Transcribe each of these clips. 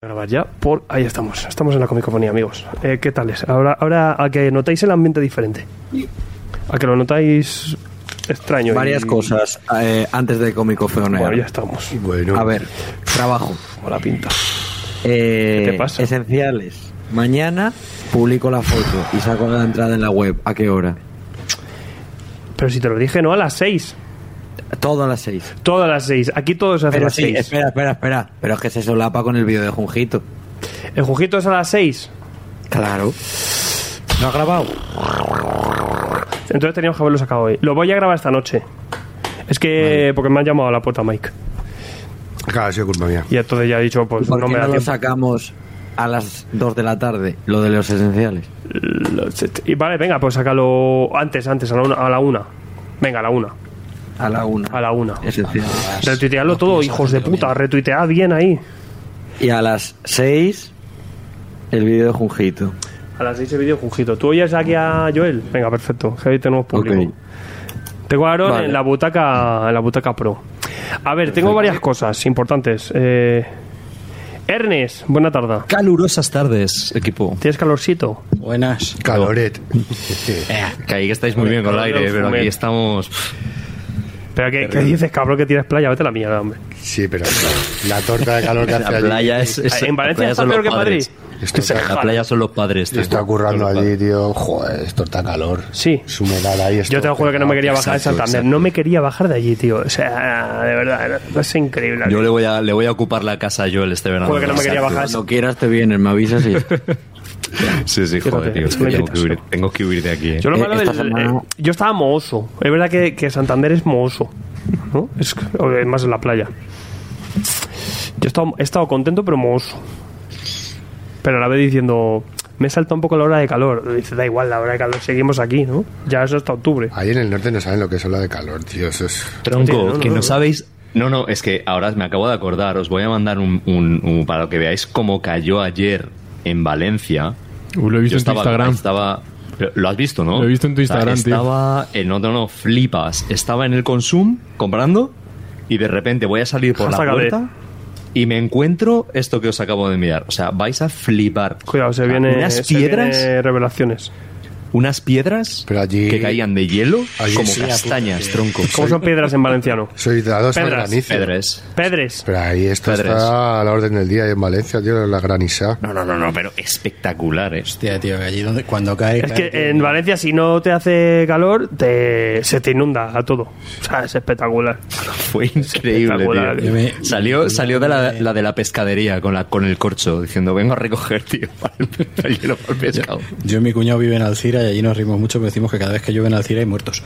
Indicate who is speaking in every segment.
Speaker 1: Grabar ya, por ahí estamos, estamos en la comicofonía, amigos. Eh, ¿Qué tales? Ahora, ahora a que notáis el ambiente diferente, a que lo notáis extraño. y-
Speaker 2: Varias cosas eh, antes de Comico
Speaker 1: Bueno, ya estamos.
Speaker 2: A ver, trabajo.
Speaker 1: Como la pinta.
Speaker 2: Eh,
Speaker 1: ¿Qué te pasa?
Speaker 2: Esenciales. Mañana publico la foto y saco la entrada en la web. ¿A qué hora?
Speaker 1: Pero si te lo dije, no a las 6.
Speaker 2: Todo a las 6.
Speaker 1: Todas las 6. Aquí todo se hace a
Speaker 2: Pero
Speaker 1: las
Speaker 2: sí,
Speaker 1: 6.
Speaker 2: espera, espera, espera. Pero es que se solapa con el vídeo de Junjito.
Speaker 1: el Jujito es a las 6.
Speaker 2: Claro. ¿No ha grabado?
Speaker 1: Entonces teníamos que haberlo sacado hoy. Lo voy a grabar esta noche. Es que porque me han llamado a la puerta Mike.
Speaker 3: Claro, ha sido culpa mía.
Speaker 1: Y entonces ya he dicho, pues
Speaker 2: ¿Por
Speaker 1: no
Speaker 2: qué
Speaker 1: me
Speaker 2: no
Speaker 1: da
Speaker 2: lo
Speaker 1: tiempo.
Speaker 2: sacamos a las 2 de la tarde? Lo de los esenciales.
Speaker 1: Y vale, venga, pues sácalo antes, antes, a la una. A la una. Venga, a la una.
Speaker 2: A la 1.
Speaker 1: A la una.
Speaker 2: Esenciales.
Speaker 1: Retuiteadlo todo, hijos de puta. Retuitead bien ahí.
Speaker 2: Y a las 6, el vídeo de Junjito.
Speaker 1: A las 6 de vídeo, Jujito. ¿Tú oyes aquí a Joel? Venga, perfecto. que Hoy tenemos público.
Speaker 2: Ok.
Speaker 1: Tengo a Aaron
Speaker 2: Vale.
Speaker 1: en la butaca en la butaca pro. A ver, tengo varias cosas importantes. Eh, Ernest, buena tarde.
Speaker 4: Calurosas tardes, equipo.
Speaker 1: ¿Tienes calorcito?
Speaker 5: Buenas.
Speaker 3: Caloret.
Speaker 4: Que ahí que estáis muy bien con el aire, pero aquí estamos.
Speaker 1: ¿Pero qué, qué dices, cabrón, que tienes playa? Vete a la mierda, hombre.
Speaker 3: Sí, pero la torta de calor que hace
Speaker 4: La
Speaker 3: allí.
Speaker 4: playa es. es-
Speaker 1: en
Speaker 4: la
Speaker 1: Valencia
Speaker 4: playa
Speaker 1: está
Speaker 4: son los
Speaker 1: peor que en Madrid.
Speaker 4: padres.
Speaker 3: Esto está-
Speaker 4: La playa son los padres. tío.
Speaker 3: Está currando allí, tío. Joder, esto está calor.
Speaker 1: Sí.
Speaker 3: Su humedad ahí. esto
Speaker 1: Yo te lo juro que no me quería bajar de
Speaker 4: Exacto,
Speaker 1: Santander.
Speaker 4: exacto.
Speaker 1: No me quería bajar de allí, tío. O sea, de verdad, es increíble.
Speaker 4: Yo le voy, a, le voy a ocupar la casa a Joel este verano.
Speaker 1: Joder, que no me quería bajar.
Speaker 2: Cuando quieras te vienes, me avisas y...
Speaker 4: Sí, sí, joder,
Speaker 1: Fíjate,
Speaker 4: tío. es que
Speaker 1: me
Speaker 4: tengo, que
Speaker 1: invitas.
Speaker 4: huir, tengo que huir de aquí. ¿eh?
Speaker 1: Yo lo
Speaker 2: Eh,
Speaker 1: malo
Speaker 2: esta
Speaker 1: del-
Speaker 2: semana-
Speaker 1: eh, yo estaba mohoso. Es verdad que, que Santander es mohoso. ¿no? Es, o es más en la playa. Yo he estado, he estado contento, pero mohoso. Pero a la vez diciendo, me salta un poco la hora de calor. Dice, da igual la hora de calor, seguimos aquí, ¿no? Ya es hasta octubre.
Speaker 3: Ahí en el norte no saben lo que es ola de calor, tío. Eso es.
Speaker 4: Ah, Tronco,
Speaker 1: Tío, no, no,
Speaker 4: que
Speaker 1: no,
Speaker 4: no,
Speaker 1: no.
Speaker 4: sabéis. No, no, es que ahora me acabo de acordar. Os voy a mandar un, un- un- para que veáis cómo cayó ayer en Valencia.
Speaker 6: Uh, lo he visto
Speaker 4: Yo
Speaker 6: en tu Instagram.
Speaker 4: Estaba, lo- lo has visto, ¿no?
Speaker 6: Lo he visto en tu
Speaker 4: O sea,
Speaker 6: Instagram, tío.
Speaker 4: Estaba, eh, no, no, no, flipas. Estaba en el Consum comprando y de repente voy a salir por
Speaker 1: Hashtag
Speaker 4: la
Speaker 1: a ver.
Speaker 4: puerta y me encuentro esto que os acabo de enviar. O sea, vais a flipar.
Speaker 1: Cuidado, se
Speaker 4: O sea,
Speaker 1: viene,
Speaker 4: Ah, Unas
Speaker 1: se
Speaker 4: piedras,
Speaker 1: viene revelaciones.
Speaker 4: unas piedras
Speaker 3: Pero allí-
Speaker 4: que caían de hielo
Speaker 3: Allí
Speaker 4: como
Speaker 3: sí, a puta
Speaker 4: castañas,
Speaker 3: que-
Speaker 4: tronco.
Speaker 1: ¿Cómo son piedras en valenciano?
Speaker 3: Soy de la dos
Speaker 1: Pedras,
Speaker 3: granizo.
Speaker 4: Pedres.
Speaker 1: Pedres.
Speaker 3: Pero ahí esto
Speaker 4: Pedres.
Speaker 3: está a la orden del día en Valencia, tío, la granizada.
Speaker 4: No, no, no, no, pero espectacular, ¿eh?
Speaker 5: Hostia, tío, que allí donde, cuando cae.
Speaker 1: Es
Speaker 5: cae,
Speaker 1: que
Speaker 5: tío.
Speaker 1: en Valencia si no te hace calor, te, se te inunda a todo. O sea, es espectacular.
Speaker 4: Fue increíble,
Speaker 1: Espectacular.
Speaker 4: tío. Salió, salió de la, la de la pescadería con, la, con el corcho, diciendo, vengo a recoger, tío, para el, para el hielo para el pescado.
Speaker 5: Yo y mi cuñado vive en Alcira y allí nos rimos mucho, pero decimos que cada vez que llueve en Alcira hay muertos.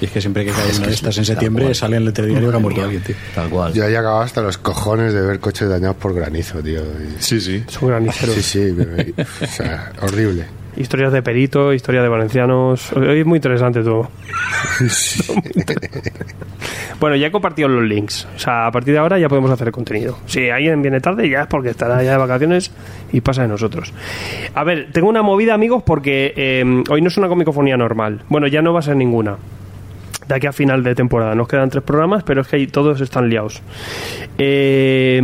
Speaker 5: Y es que siempre que caen una de estas en septiembre sale en el telediario que ha muerto alguien, tío.
Speaker 4: Tal cual.
Speaker 3: Yo ahí acabado hasta los cojones de ver coches dañados por granizo, tío. Y-
Speaker 4: Sí, sí.
Speaker 1: Son graniceros.
Speaker 3: Sí, sí, pero, y- o sea, horrible.
Speaker 1: Historias de perito, historia de valencianos. Hoy es muy interesante todo. bueno, ya he compartido los links. O sea, a partir de ahora ya podemos hacer contenido. Si alguien viene tarde, ya es porque estará ya de vacaciones y pasa de nosotros. A ver, tengo una movida, amigos, porque eh, hoy no es una comicofonía normal. Bueno, ya no va a ser ninguna. De aquí a final de temporada. Nos quedan tres programas, pero es que ahí todos están liados. Eh,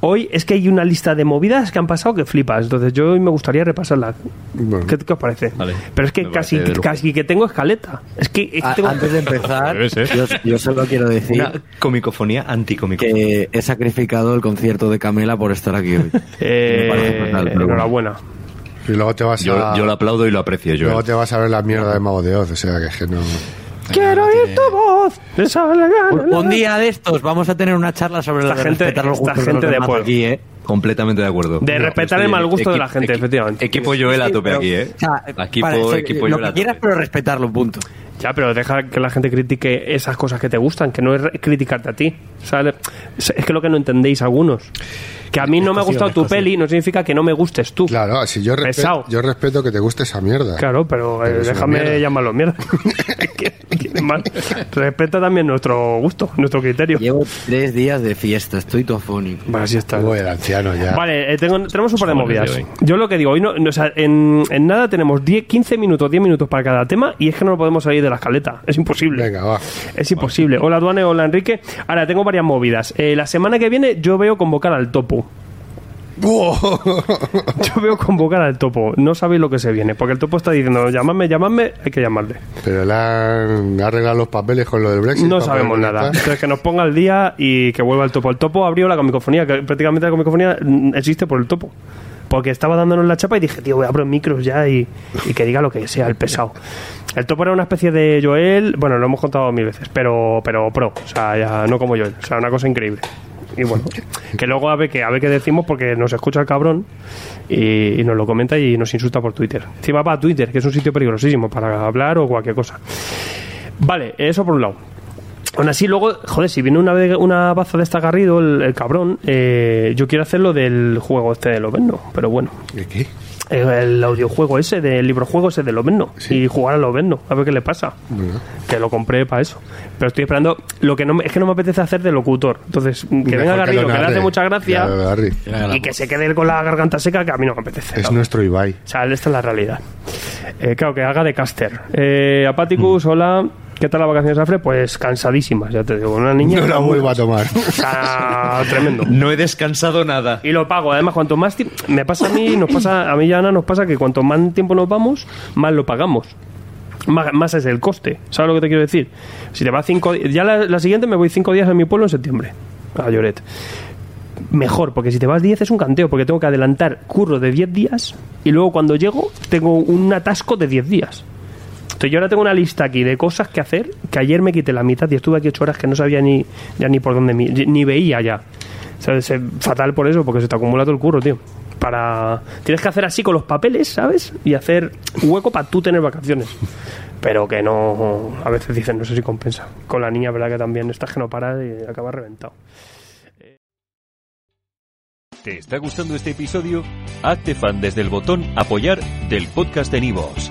Speaker 1: hoy es que hay una lista de movidas que han pasado que flipas. Entonces, yo hoy me gustaría repasarla.
Speaker 3: Bueno.
Speaker 1: ¿Qué, qué os parece?
Speaker 4: Vale.
Speaker 1: Pero es que
Speaker 4: Me
Speaker 1: casi,
Speaker 4: parece de lujo.
Speaker 1: casi que tengo escaleta. Es que, es que
Speaker 2: A-
Speaker 1: tengo-
Speaker 2: Antes de empezar,
Speaker 6: Al revés, ¿eh?
Speaker 2: yo, yo solo quiero decir
Speaker 4: Una comicofonía anticomicofonía.
Speaker 2: que he sacrificado el concierto de Camela por estar aquí hoy.
Speaker 1: Eh,
Speaker 2: Me parece fatal, pero bueno.
Speaker 1: enhorabuena.
Speaker 3: Y luego te vas
Speaker 4: Yo,
Speaker 2: Ah.
Speaker 3: a.
Speaker 4: yo lo aplaudo y lo aprecio, yo. eh.
Speaker 3: luego te vas a ver la mierda de Mago de Oz, o sea, que es que no.
Speaker 1: Quiero oír tu voz. Esa la gana,
Speaker 2: Un,
Speaker 1: la-
Speaker 2: un día de estos vamos a tener una charla sobre
Speaker 1: Esta
Speaker 2: lo de
Speaker 1: gente-
Speaker 2: respetar los
Speaker 1: esta
Speaker 2: gustos
Speaker 1: gente
Speaker 2: de, los
Speaker 1: de
Speaker 2: demás
Speaker 1: pueblo.
Speaker 2: aquí, ¿eh?
Speaker 4: Completamente de acuerdo.
Speaker 1: De respetar
Speaker 4: estoy-
Speaker 1: el mal gusto de la
Speaker 4: equi-
Speaker 1: gente,
Speaker 4: equi-
Speaker 1: efectivamente.
Speaker 4: Equipo Joel a tope
Speaker 2: Pero,
Speaker 4: aquí, ¿eh?
Speaker 2: o sea,
Speaker 4: Equipo,
Speaker 2: para eso,
Speaker 4: equipo
Speaker 2: lo
Speaker 4: Joel a
Speaker 2: que quieras,
Speaker 4: tope.
Speaker 2: pero respetarlo, punto.
Speaker 1: Ya, pero deja que la gente critique esas cosas que te gustan, que no es re- criticarte a ti. ¿sabes? Es es que lo que no entendéis algunos. Que a mí no me ha
Speaker 5: Escogido,
Speaker 1: gustado tu
Speaker 5: escogido.
Speaker 1: peli no significa que no me gustes tú. Claro,
Speaker 3: Claro, si yo, respe-
Speaker 1: Pesado.
Speaker 3: yo respeto que te guste esa mierda.
Speaker 1: pero, eh,
Speaker 3: Pero es una mierda.
Speaker 1: déjame llamarlo mierda. Que- que mal. Respeta también nuestro gusto, nuestro criterio.
Speaker 2: Llevo tres días de fiesta, estoy tu afónico.
Speaker 1: Vale, así está.
Speaker 3: Uy, el anciano ya.
Speaker 1: Vale, eh, tengo- tenemos un par de
Speaker 4: Joder,
Speaker 1: movidas.
Speaker 4: tío, eh.
Speaker 1: Yo lo que digo, hoy no, no, o sea, en, en nada tenemos 10, 15 minutos, 10 minutos para cada tema y es que no podemos salir de la escaleta. Es imposible.
Speaker 3: Venga, va.
Speaker 1: Es imposible. Hola, Duane, hola, Enrique. Ahora, tengo varias movidas. Eh, la semana que viene yo veo convocar al Topo. Yo veo convocar al topo. No sabéis lo que se viene. Porque el topo está diciendo, llamadme, llamadme, hay que llamarle.
Speaker 3: Pero le han arreglado los papeles con lo del Brexit.
Speaker 1: No
Speaker 3: para
Speaker 1: sabemos
Speaker 3: poder
Speaker 1: nada.
Speaker 3: votar.
Speaker 1: Entonces, que nos ponga al día y que vuelva el topo. El topo abrió la comicofonía, que prácticamente la comicofonía mm, existe por el topo. Porque estaba dándonos la chapa y dije, tío, abro micros ya y, y que diga lo que sea, el pesado. El topo era una especie de Joel, bueno, lo hemos contado mil veces, pero, pero pro, o sea, ya no como Joel, o sea, una cosa increíble. Y bueno, que luego a ver, que, a ver qué decimos porque nos escucha el cabrón y, y nos lo comenta y nos insulta por Twitter. Encima va a Twitter, que es un sitio peligrosísimo para hablar o cualquier cosa. Vale, eso por un lado. Aún así, luego, joder, si viene una, vez- una baza de esta Garrido, el, el cabrón, eh, yo quiero hacer lo del juego este de Loveno, pero bueno,
Speaker 3: ¿Y qué?
Speaker 1: el, el audiojuego ese, del librojuego ese de Loveno, y jugar a Loveno, a ver qué le pasa. Que lo compré para eso. Pero estoy esperando, lo que no, me- es que no me apetece hacer de locutor. Entonces, que venga
Speaker 3: Mejor
Speaker 1: Garrido,
Speaker 3: lo
Speaker 1: que, le hace
Speaker 3: narre.
Speaker 1: mucha gracia,
Speaker 3: Que lo narre.
Speaker 1: y que se quede él con la garganta seca, que a mí no me apetece.
Speaker 3: Es
Speaker 1: cabrón.
Speaker 3: nuestro Ibai.
Speaker 1: O sea, esta es la realidad. Eh, claro, que haga de caster. Eh, Apaticus, hola. ¿Qué tal las vacaciones, Afre? Pues cansadísimas, ya te digo. Una niña...
Speaker 3: No la vuelva a tomar.
Speaker 1: O sea, tremendo.
Speaker 4: No he descansado nada.
Speaker 1: Y lo pago. Además, cuanto más tiempo... Me pasa a mí, nos pasa... A mí y a Ana nos pasa que cuanto más tiempo nos vamos, más lo pagamos. Más, más es el coste. ¿Sabes lo que te quiero decir? Si te vas cinco... di- Ya la, la siguiente me voy cinco días a mi pueblo en septiembre. A Lloret. Mejor, porque si te vas 10 es un canteo, porque tengo que adelantar curro de 10 días y luego cuando llego tengo un atasco de 10 días. Entonces yo ahora tengo una lista aquí de cosas que hacer, que ayer me quité la mitad y estuve aquí 8 horas que no sabía ni, ya ni por dónde, mi- ni veía ya. O sea, es eh, fatal por eso, porque se te acumula todo el curro, tío. Para... Tienes que hacer así con los papeles, ¿sabes? Y hacer hueco para tú tener vacaciones. Pero que no... A veces dicen, no sé si compensa. Con la niña, ¿verdad? Que también estás que no paras y acabas reventado.
Speaker 6: ¿Te está gustando este episodio? Hazte fan desde el botón Apoyar del podcast de Nivos.